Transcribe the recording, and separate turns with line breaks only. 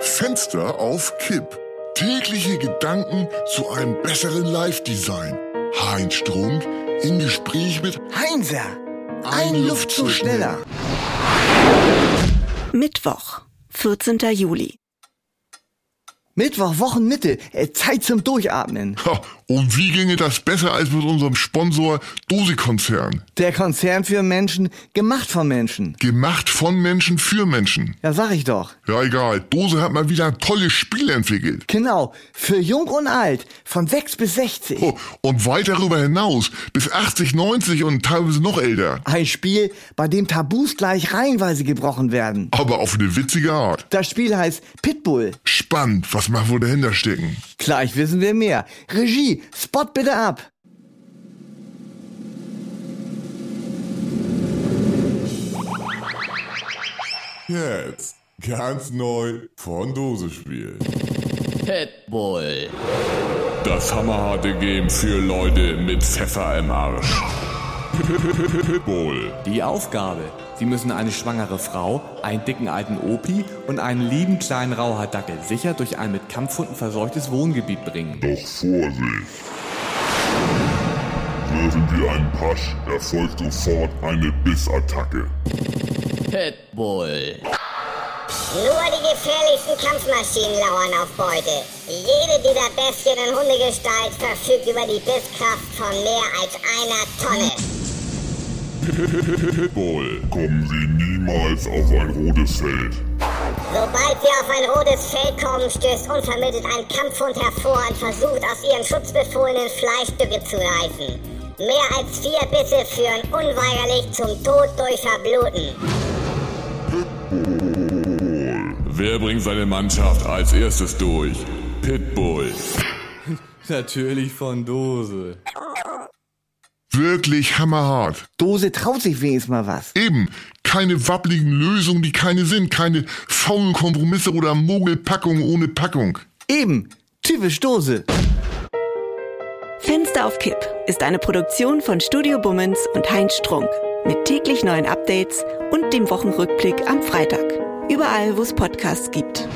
Fenster auf Kipp. Tägliche Gedanken zu einem besseren Live-Design. Heinz Strunk im Gespräch mit
Heinser, ein, Luftzug schneller.
Mittwoch, 14. Juli.
Mittwoch, Wochenmitte, äh, Zeit zum Durchatmen.
Ha, und wie ginge das besser als mit unserem Sponsor Dose-Konzern?
Der Konzern für Menschen, gemacht von Menschen.
Gemacht von Menschen für Menschen.
Ja, sag ich doch.
Ja, egal. Dose hat mal wieder ein tolles Spiel entwickelt.
Genau, für jung und alt, von 6 bis 60.
Oh, und weit darüber hinaus, bis 80, 90 und teilweise noch älter.
Ein Spiel, bei dem Tabus gleich reihenweise gebrochen werden.
Aber auf eine witzige Art.
Das Spiel heißt Pitbull.
Spannend, was mag wohl dahinter stecken?
Gleich wissen wir mehr. Regie, Spot bitte ab.
Jetzt ganz neu von Dose spielen.
Pitbull.
Das hammerharte Game für Leute mit Pfeffer im Arsch. Pitbull.
Die Aufgabe. Sie müssen eine schwangere Frau, einen dicken alten Opi und einen lieben kleinen Rauhaardackel sicher durch ein mit Kampfhunden verseuchtes Wohngebiet bringen.
Doch Vorsicht. Löwen wir einen Pasch, erfolgt sofort eine Bissattacke.
Pitbull.
Nur die gefährlichsten Kampfmaschinen lauern auf Beute. Jede dieser Bestien in Hundegestalt verfügt über die Bisskraft von mehr als einer Tonne.
Pitbull. Kommen Sie niemals auf ein rotes Feld.
Sobald wir auf ein rotes Feld kommen, stößt unvermittelt ein Kampfhund hervor und versucht aus ihren schutzbefohlenen Fleischstücke zu reißen. Mehr als vier Bisse führen unweigerlich zum Tod durch Verbluten.
Wer bringt seine Mannschaft als erstes durch? Pitbull.
Natürlich von Dose.
Wirklich hammerhart.
Dose traut sich wenigstens mal was.
Eben, keine wabbligen Lösungen, die keine sind, keine faulen Kompromisse oder Mogelpackung ohne Packung.
Eben, typisch Dose.
Fenster auf Kipp ist eine Produktion von Studio Bummens und Heinz Strunk. Mit täglich neuen Updates und dem Wochenrückblick am Freitag. Überall, wo es Podcasts gibt.